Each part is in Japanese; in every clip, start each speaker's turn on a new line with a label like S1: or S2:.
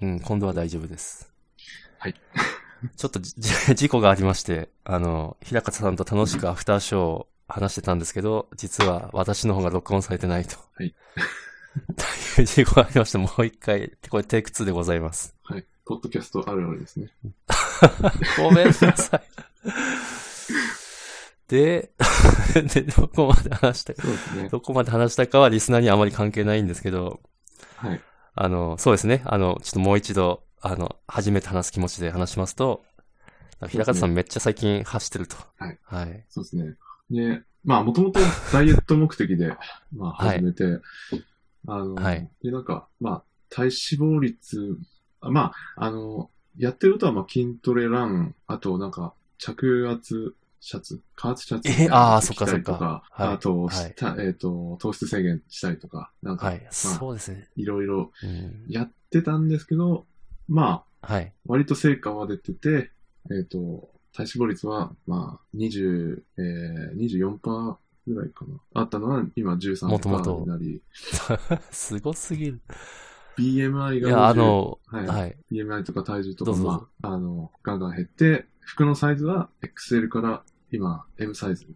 S1: うん、今度は大丈夫です。
S2: はい。
S1: ちょっとじ、じ事故がありまして、あの、平方さんと楽しくアフターショーを話してたんですけど、実は私の方が録音されてないと。
S2: はい。
S1: という事故がありまして、もう一回、これテイク2でございます。
S2: はい。ポッドキャストあるあるですね。
S1: ごめんなさい。で、 で、どこまで話したか、
S2: そうですね。
S1: どこまで話したかはリスナーにはあまり関係ないんですけど、
S2: はい。
S1: あの、そうですね。あの、ちょっともう一度、あの、初めて話す気持ちで話しますと、平方さんめっちゃ最近走ってると。
S2: はい。
S1: はい。
S2: そうですね。で、まあ、もともとダイエット目的で、まあ、
S1: はい
S2: 始めて、あの、
S1: はい
S2: で、なんか、まあ、体脂肪率、あまあ、あの、やってることは、まあ、筋トレラン、あと、なんか、着圧シャツ、加圧シャツみたいなの
S1: えあー
S2: を着たりと
S1: そっか
S2: か、
S1: そっかはい
S2: あと、
S1: はい
S2: したえっ、と、糖質制限したりとか、なんか、、
S1: はいい。そうですね。
S2: ろいろ
S1: うん。
S2: やってたんですけど、まあ、
S1: はい。
S2: 割と成果は出てて、えっ、と、体脂肪率は、まあ、20、えー、24%ぐらいかな。あったのは、今13%
S1: もともと
S2: になり、
S1: すごすぎる。
S2: BMI
S1: い
S2: が50
S1: や、あの、
S2: はい、
S1: はい。
S2: BMI とか体重とか、
S1: どうぞ
S2: まあ、あの、ガンガン減って、服のサイズは XL から今、M サイズに。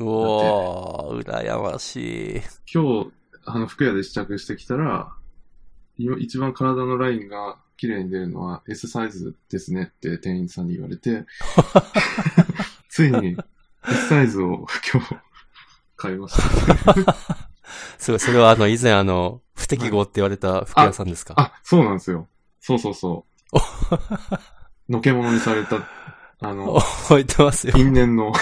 S1: うおー、羨ましい。
S2: 今日、あの、服屋で試着してきたら、今一番体のラインが綺麗に出るのは S サイズですねって店員さんに言わ れて、ついに S サイズを今日買いました。
S1: すごい、それはあの、以前あの、不適合って言われた服屋さんですか、
S2: あ、そうなんですよ。そうそ うそう。のけものにされた、あの、
S1: 覚えてますよ。
S2: 因縁の、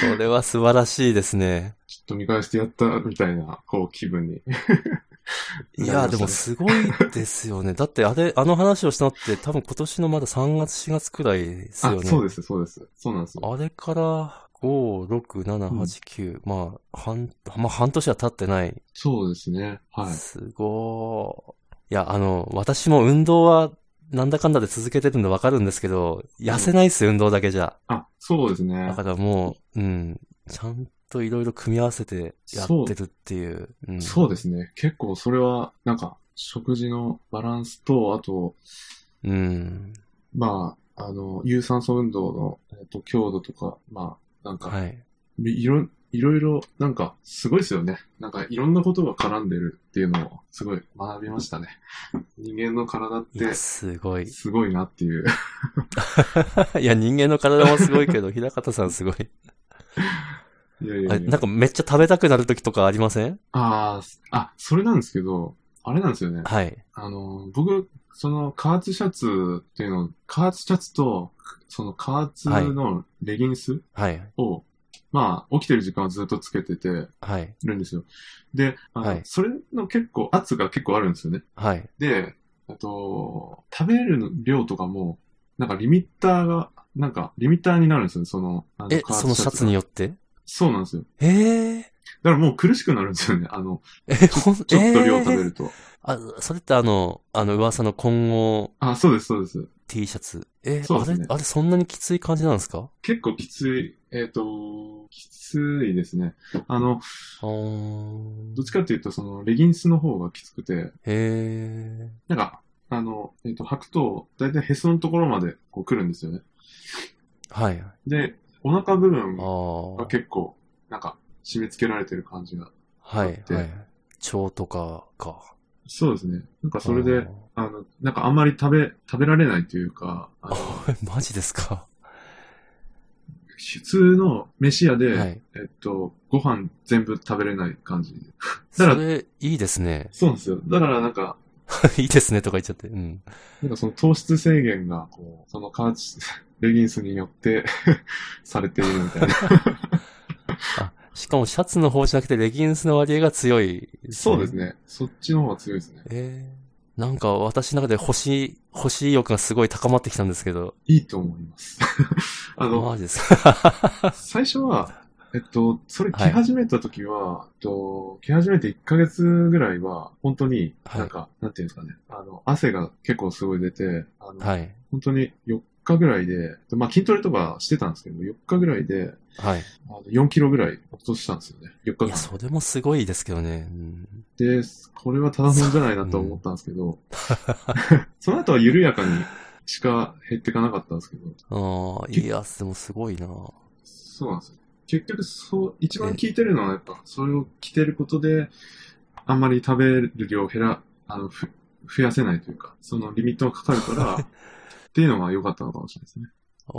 S1: それは素晴らしいですね。
S2: ちょっと見返してやったみたいな、こう気分に。
S1: い
S2: な
S1: や、
S2: り
S1: で
S2: ま
S1: も
S2: し
S1: すごいですよね。だって、あれ、あの話をしたのって多分今年のまだ3月、4月くらいです
S2: た
S1: よ
S2: ね。
S1: ね。
S2: あ、そうです、そうです。そうなんですよ。
S1: あれから、5、6、7、8、9、まあ、半、まあ、半年は経ってない。
S2: そうですね。はい。
S1: すごーい。いや、あの、私も運動は、なんだかんだで続けてるんでわかるんですけど、痩せないっすよ、運動だけじゃ。
S2: あ、そうですね
S1: だ。からもう、うん、ちゃんといろいろ組み合わせてやってるっていう。うん
S2: そうですね。結構それは、なんか、食事のバランスと、あと、
S1: うん。
S2: まあ、あの、有酸素運動の、えっと強度とか、まあ、なんか、
S1: はい。
S2: い、ろ、いろいろ、なんか、すごいですよね。なんか、いろんなことが絡んでるっていうのを、すごい学びましたね。 人間の体っ
S1: いや、
S2: て、
S1: すごい。
S2: すごいなっていう。
S1: いや、人間の体もすごいけど、 平方さんす ごい。
S2: い
S1: あ
S2: やいや
S1: れ
S2: い
S1: な
S2: や
S1: ん。かめっちゃ食べたくなる時とかありません
S2: あーあ、それなんですけど、あれなんですよね。
S1: はい。
S2: あの、僕、その、加圧シャツっていうのを、加圧シャツと、その、加圧のレギンス、
S1: はい。
S2: を、まあ、起きてる時間はずっとつけてて
S1: はい。
S2: るんですよ。で、あの
S1: はい
S2: それの結構、圧が結構あるんですよね。
S1: はい。
S2: で、あと、食べる量とかも、なんかリミッターが、なんかリミッターになるんですよね、その、あ
S1: え、
S2: 加圧
S1: そのシャツに
S2: が
S1: よって
S2: そうなんですよ。
S1: えー、
S2: だからもう苦しくなるんですよね、あの、
S1: え、ほん、
S2: ちょっと量
S1: えー
S2: 食べると。
S1: あ、それってあの、あの、噂の混合
S2: あ、そうです、そうです。
S1: T シャツ。え、
S2: そうです
S1: あ
S2: ね
S1: れ、あれ、そんなにきつい感じなんですか
S2: 結構きつい、えっ、と、きついですね。あの、
S1: あー
S2: どっちかっていうと、その、レギンスの方がきつくて、
S1: え
S2: なんか、あの、えっ、と、履くと、だいたいへそのところまでこう来るんですよね。
S1: ー、はい。あ
S2: で、お腹部分が
S1: ー
S2: 結構、なんか、締め付けられてる感じが。
S1: は
S2: だっ
S1: い、
S2: て
S1: はい。腸とかか。
S2: そうですね。なんかそれ
S1: あ
S2: で
S1: ー、。
S2: あの、なんかあんまり食べ、食べられないというか、あの
S1: え マジですか
S2: 普通の飯屋で、
S1: はい。
S2: えっと、ご飯全部食べれない感じ。だから
S1: それ、いいですね。
S2: そうなんですよ。だからなんか、
S1: いいですねとか言っちゃって。うん。
S2: なんかその糖質制限が、こう、そのカーチ、 レギンスによって されているみた いな。
S1: あ、しかもシャツの方じゃなくてレギンスの割合が強い、
S2: そうです。ね。そっちの方が強いですね。
S1: えー、なんか私の中で星、星欲がすごい高まってきたんですけど。
S2: いいと思います。 あの、
S1: マジです か
S2: 最初は、えっと、それ着始めた時は、えっと、着始めて1ヶ月ぐらいは、本当に、なんか、なんていうんですかね、あの、汗が結構すごい出て、あの、
S1: はい。
S2: 本当に4日ぐらいで、でまあ筋トレとかしてたんですけど、4日ぐらいで、
S1: はい。
S2: あの4キロぐらい落としたんですよね。4日
S1: いや、それもすごいですけどね。うん
S2: で、これはただもんじゃないなと思ったんですけ ど、その後は緩やかにしか減っていかなかったんですけど、
S1: ああ、いや、でもすごいな。
S2: そうなんですよ。結局、そう、一番効いてるのはやっぱ、それを着てることで、あんまり食べる量を減ら、あの、ふ増やせないというか、そのリミットがかかる から、っていうのが良かったのかもしれないですね。
S1: ああ、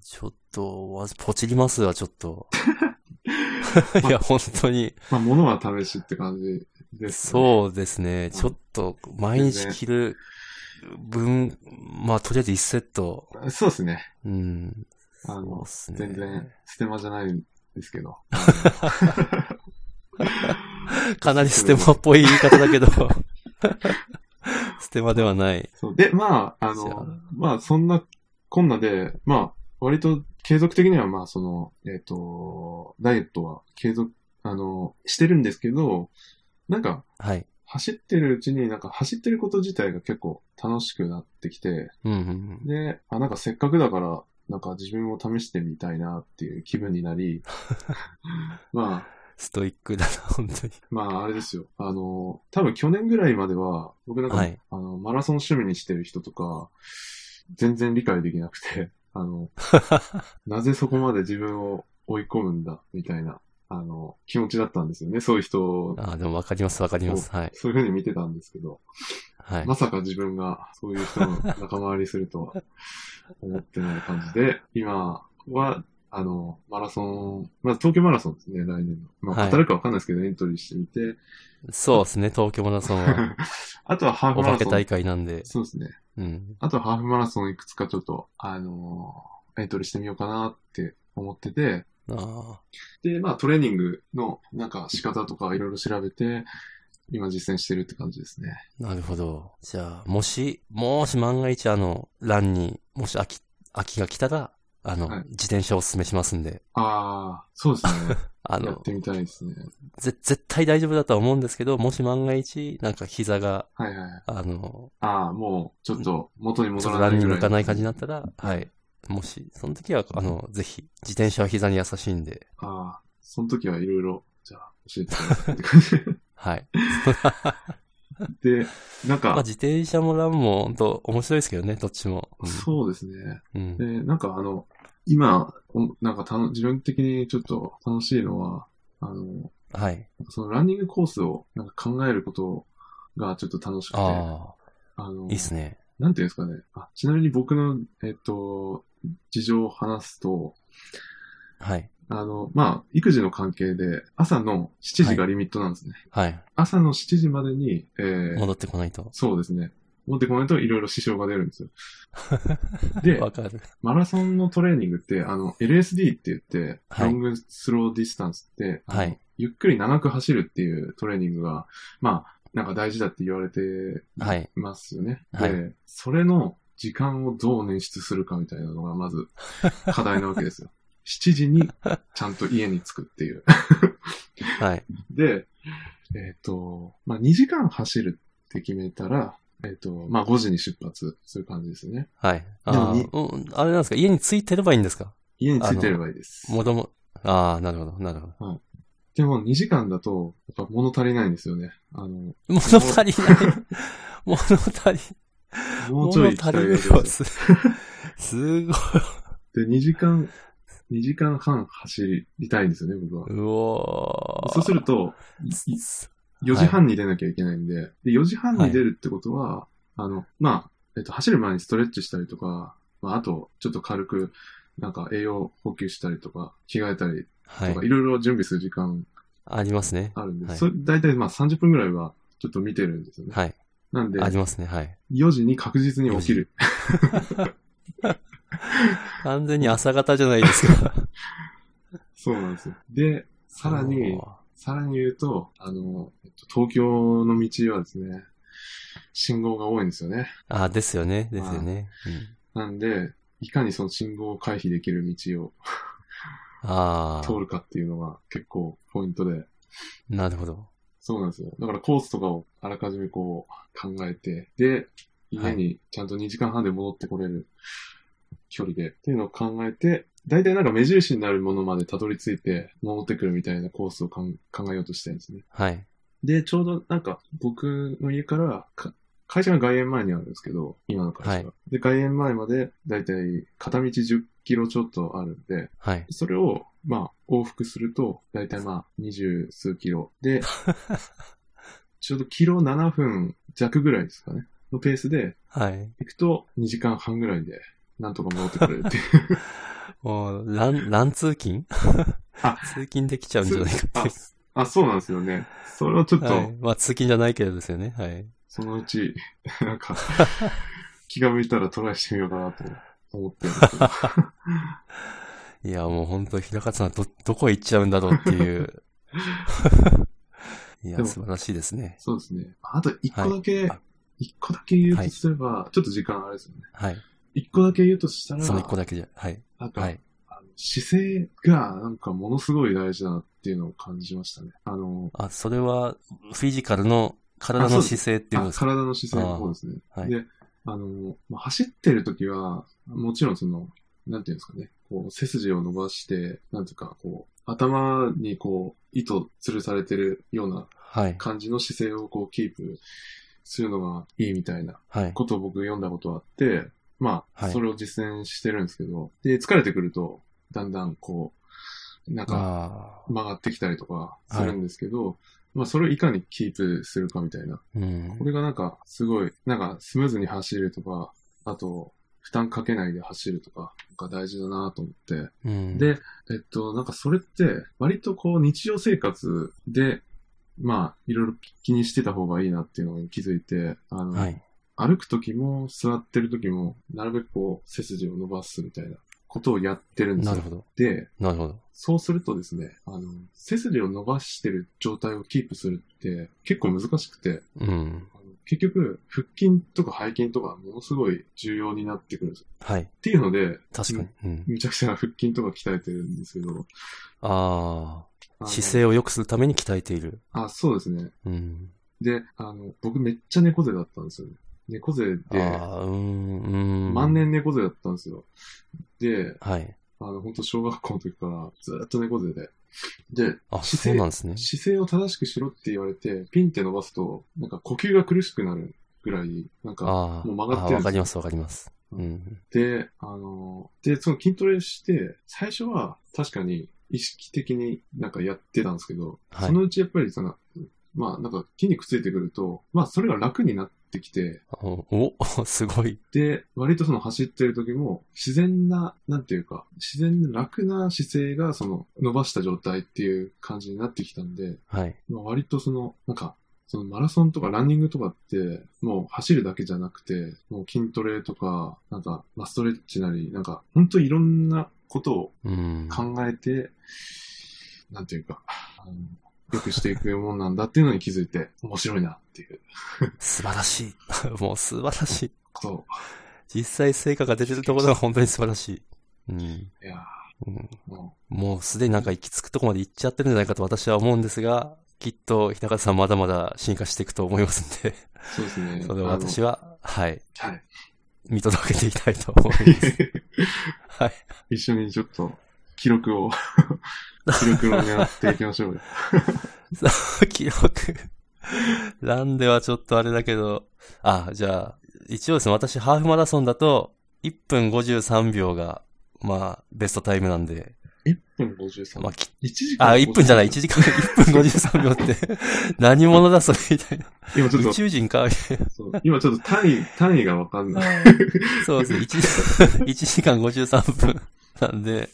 S1: ちょっと、わポチりますわ、ちょっ と。いや、本当に。
S2: まあ、物は試しって感じです、ね。
S1: そうですね。ちょっと、毎日着る分、まあ、とりあえず1セット。
S2: そう。そうですね。
S1: うん。
S2: あの
S1: そうっすね
S2: 全然、ステマじゃないんですけど。
S1: かなりステマっぽい言い方だけ ど。ステマではない。
S2: そうで、まあ、あ
S1: じゃあ
S2: の、まあ、そんなこんなで、まあ、割と継続的には、まあ、その、えっ、と、ダイエットは継続、あの、してるんですけど、なんか、
S1: はい。
S2: 走ってるうちに、なんか走ってること自体が結構楽しくなってきて、
S1: うんうん
S2: で、あ、なんかせっかくだから、なんか自分を試してみたいなっていう気分にな り、まあ、
S1: うん。ストイックだな、本当に。
S2: まあ、あれですよ。あの、多分去年ぐらいまでは、僕なんか、
S1: はい
S2: あの、マラソン趣味にしてる人とか、全然理解できなくて、 あの、なぜそこまで自分を追い込むんだ、みたいな、あの、気持ちだったんですよね。そういう人を、
S1: ああ、でもわかります、わかります。はい。
S2: そういう風に見てたんですけど、
S1: はい。
S2: まさか自分がそういう人の仲間割りするとは 思ってない感じで、今は、あの、マラソン、まず東京マラソンですね、来年の。まあ、
S1: はい
S2: 当たるかわかんないですけど、エントリーしてみて、
S1: そうですね、東京マラソン は。
S2: あとはハーフ
S1: お
S2: マ
S1: 化
S2: ラ
S1: け
S2: ソン
S1: 大会なんで。
S2: そうですね。
S1: うん。
S2: あとハーフマラソンいくつかちょっと、あのーエントリーしてみようかなって思ってて、
S1: あ
S2: で、まあトレーニングのなんか仕方とかいろいろ調べて、今実践してるって感じですね。
S1: あ、なるほど。じゃあ、もし、もし万が一あの、欄に、もし秋、秋が来たら、あの、
S2: はい
S1: 自転車をおすすめしますんで。
S2: ああ、そうですね。
S1: あ
S2: や
S1: の
S2: っ、てみたいですね。
S1: ぜ、絶対大丈夫だとは思うんですけど、もし万が一、なんか膝が、
S2: はいはい。
S1: あの、
S2: ああ、もうちょっと元に
S1: ち
S2: 戻
S1: ょっと
S2: らない
S1: 欄
S2: ぐらい。
S1: に向かない感じになったら、はい。もし、その時は、あの、ぜひ、自転車は膝に優しいんで、
S2: ああ、その時はいろいろ、じゃあ教えてくださいって 感じ
S1: はい。
S2: で。で、
S1: ま
S2: なん
S1: あ、
S2: か、
S1: 自転車もランも、本当面白いですけどね、どっちも。
S2: そうですね。
S1: うん。うん
S2: で、なんかあの、今、おなんかたの自分的にちょっと楽しいのは、あの、
S1: はい。
S2: そのランニングコースをなんか考えることがちょっと楽しくて、あ
S1: ああ、
S2: の
S1: いいっすね。
S2: なんていうんですかねあ。ちなみに僕の、えっと、事情を話すと、
S1: はい。
S2: あの、まあ、育児の関係で、朝の7時がリミットなんですね。
S1: はい。
S2: 朝の7時までに、えー
S1: 戻ってこないと。
S2: そうですね。持ってこないといろいろ支障が出るん ですよ。で、
S1: わかる。
S2: マラソンのトレーニングって、あの、LSD って言って、
S1: はい
S2: ロングスローディスタンスって、あの
S1: はい
S2: ゆっくり長く走るっていうトレーニングが、まあ、なんか大事だって言われて
S1: はい。
S2: ますよね。
S1: はい
S2: で、それの時間をどう捻出するかみたいなのがまず課題なわ けですよ。7時にちゃんと家に着くっていう。
S1: はい。
S2: で、えっ、と、まあ、2時間走るって決めたら、えっ、と、まあ、5時に出発する感じですよね。
S1: はい。あ
S2: で
S1: あ、うん、あれなんですか家に着いてればいいんですか
S2: 家に着いてればいいです。
S1: もども、ああ、なるほど、なるほど。
S2: でも2時間だと、やっぱ物足りないんですよね。あの、
S1: 物足り ない。物足り、
S2: も
S1: 物
S2: うちょい行きた
S1: 足
S2: いわ
S1: り
S2: け
S1: る
S2: ですよ
S1: よ。すすごい。
S2: で、2時間、2時間半走りたいんですよね、僕は。
S1: うおー
S2: そうすると、い4時半に出なきゃいけないんで、で4時半に出るってことは、あの、まあ、えっと、走る前にストレッチしたりとか、まあ、あと、ちょっと軽く、なんか栄養補給したりとか、着替えたり
S1: は
S2: と
S1: い
S2: か、。いろいろ準備する時間
S1: ありますね。
S2: あるんで、
S1: はい
S2: それ大体まあ30分ぐらいはちょっと見てるんですよね。
S1: はい。
S2: なんで、
S1: ありますね。はい。
S2: 4時に確実に起きる。
S1: 完全に朝方じゃないです か。
S2: そうなんですよ。で、さらに、さらに言うと、あの、えっと東京の道はですね、信号が多いんですよね。
S1: ああ、ですよね。ですよね。うん
S2: なんで、いかにその信号を回避できる道を
S1: あ
S2: 通
S1: あ、
S2: るかっていうのが結構ポイントで、
S1: なるほど。
S2: そうなんですよ。だからコースとかをあらかじめこう考えて、で、家にちゃんと2時間半で戻ってこれる距離でっていうのを考えて、大体なんか目印になるものまでたどり着いて戻ってくるみたいなコースをかん考えようとしてるんですね。
S1: はい。
S2: で、ちょうどなんか僕の家からか会社が外苑前にあるんですけど、今の会社が。
S1: はい
S2: で、外苑前まで大体片道10キロちょっとあるんで、
S1: はい。
S2: それを、まあ、往復すると、だいたいまあ、二十数キロで、 ちょうどキロ7分弱ぐらいですかね、のペースで
S1: はい。
S2: 行くと、2時間半ぐらいで、なんとか戻ってくれるっ ていう。
S1: もう、ラ ン、ラン通勤
S2: あ
S1: 通勤できちゃうんじゃないかっていう。
S2: あ、そうなんですよね。それをちょっと、
S1: はい。まあ、通勤じゃないけどですよね。はい。
S2: そのうち、なんか、 気が向いたらトライしてみようかなと思ってるんですけど。
S1: いや、もう本当平方さん、ど、どこへ行っちゃうんだろうって いう。 い
S2: で
S1: や、
S2: も
S1: 素晴らしいですね。
S2: そうですね。あと一個だけ、一
S1: はいあ
S2: 個だけ言う
S1: は
S2: と
S1: い
S2: すれば、ちょっと時間あれですよね。
S1: はい。
S2: 一個だけ言うとしたら、
S1: その一個だけじゃ。はい。
S2: なんか
S1: はい。
S2: あの姿勢がなんかものすごい大事だなっていうのを感じましたね。あの、
S1: あ、それは、フィジカルの体
S2: あそ
S1: の
S2: うです
S1: 姿勢っていうこ
S2: あ
S1: とですか
S2: 体の姿勢の方ですね。
S1: はい
S2: で、あの、まあ、走ってる時は、もちろんその、なんていうんですかね、こう背筋を伸ばして、なんていうか、こう、頭にこう、糸吊るされてるような
S1: はい。
S2: 感じの姿勢をこう、キープするのがいいみたいな
S1: はい。
S2: ことを僕読んだことあって、まあ、
S1: はい
S2: それを実践してるんですけど、で、疲れてくると、だんだんこう、なんか、
S1: あ
S2: 曲がってきたりとかするんですけど、まあそれをいかにキープするかみたいな。
S1: あ。う
S2: こ
S1: ん。
S2: れがなんかすごい、なんかスムーズに走るとか、あと負担かけないで走るとかが大事だなと思って。
S1: うん。
S2: で、えっと、なんかそれって割とこう日常生活で、まあいろいろ気にしてた方がいいなっていうのに気づいて、あの、
S1: はい。
S2: 歩く時も座ってる時も、なるべくこう背筋を伸ばすみたいなことをやってるんです
S1: なる。
S2: よ
S1: ほど。
S2: で、
S1: なるほど。
S2: そうするとですね、あの、背筋を伸ばしてる状態をキープするって結構難しくて、
S1: うん。
S2: あの結局、腹筋とか背筋とかものすごい重要になってくるんですよ。
S1: はい。
S2: っていうので、
S1: 確かに。うん。
S2: むちゃくちゃ腹筋とか鍛えてるんですけど、
S1: ああ。
S2: あの
S1: 姿勢を良くするために鍛えている。
S2: あ、そうですね。
S1: うん。
S2: で、あの、僕めっちゃ猫背だったんですよね。猫背
S1: あ
S2: で、
S1: あ、うん、うん。
S2: 万。年猫背だったんですよ。で、
S1: はい。
S2: あの、本当小学校の時からずっと猫背で。で、
S1: あ、
S2: 姿
S1: そう
S2: 勢
S1: なんですね。
S2: 姿勢を正しくしろって言われて、ピンって伸ばすと、なんか呼吸が苦しくなるぐらい、なんか、
S1: ああ。
S2: もう曲がってる
S1: あわかります、わかります。うん。
S2: で、あの、で、その筋トレして、最初は確かに意識的になんかやってたんですけど、
S1: はい
S2: そのうちやっぱりその、まあなんか筋肉ついてくると、まあそれが楽になってきて、
S1: お、お すごい。
S2: で、割とその走ってる時も、自然な、なんていうか、自然な楽な姿勢がその伸ばした状態っていう感じになってきたんで、
S1: はい。
S2: まあ、割とその、なんか、そのマラソンとかランニングとかって、もう走るだけじゃなくて、もう筋トレとか、なんか、まあ、ストレッチなり、なんか、本当いろんなことを
S1: うん。
S2: 考えて、なんていうか、あの、よくしていくもんなんだっていうのに気づいて、面白いなっていう
S1: 素晴らしい。 もう素晴らしい。
S2: ことを、
S1: 実際成果が出てるところが本当に素晴らしい。うん。
S2: いや
S1: うん
S2: ーも
S1: もうすでになんか行き着くとこまで行っちゃってるんじゃないかと私は思うんですが、きっと、平方さんまだまだ進化していくと思いますんで、
S2: う、そうですね。
S1: それを私
S2: は、
S1: は、はい、
S2: はい。
S1: 見届けていきたいと思います。はい。
S2: 一緒にちょっと、記録を、 記録を狙っていきましょうよ。
S1: 記録。ランではちょっとあれだけど、あ、じゃあ、一応ですね、私ハーフマラソンだと、1分53秒が、まあ、ベストタイムなんで、
S2: 1分53
S1: ま
S2: 分
S1: あ、。き
S2: 1時間。
S1: あ、1分じゃない、1時間、1分53秒って、 何者だそれみたいな。
S2: 今ちょっと
S1: 宇、宙人かみたいな
S2: そう今ちょっと単位、 単位がわかんない。
S1: そうですね、1, 1時 間53分なんで、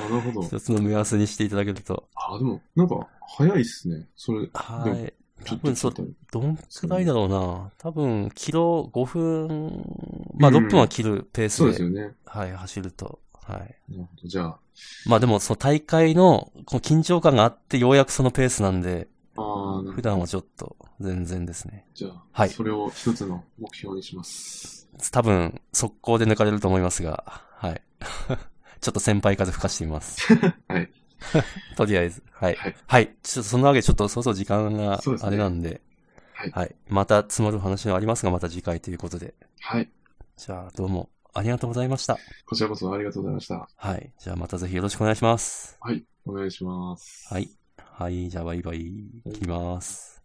S2: あ、なるほど。
S1: 一つの目安にしていただけると。
S2: あ、でも、なんか、早いっすね。それ、
S1: はい。多
S2: ちょっ
S1: 分
S2: と
S1: そ
S2: 聞い
S1: どんくらいだろうな。多分、キロ5分、まあ
S2: うん
S1: 6分は切るペー
S2: たそうで
S1: ス
S2: す
S1: で、
S2: よね。
S1: はい、走ると。はい。
S2: なるほど。じゃあ、
S1: まあでも、その大会の、この緊張感があって、ようやくそのペースなんで、
S2: あーなるほ
S1: 普
S2: ど。
S1: 段はちょっと、全然ですね。
S2: じゃあ、
S1: はい
S2: それを一つの目標にします。
S1: 多分、速攻で抜かれると思いますが、はい。 ちょっと先輩風吹かしてみます。
S2: はい。
S1: とりあえず、はい。
S2: はい。
S1: はい。ちょっとそのわけでちょっとそろそろ時間が
S2: そうですね
S1: あれなんで、
S2: はい
S1: はい。また積もる話はありますが、また次回ということで。
S2: はい。
S1: じゃあ、どうもありがとうございました。
S2: こちらこそありがとうございました。
S1: はい。じゃあまたぜひよろしくお願いします。
S2: はい、お願いします。
S1: はい。はい。じゃあバイバイ。いきます。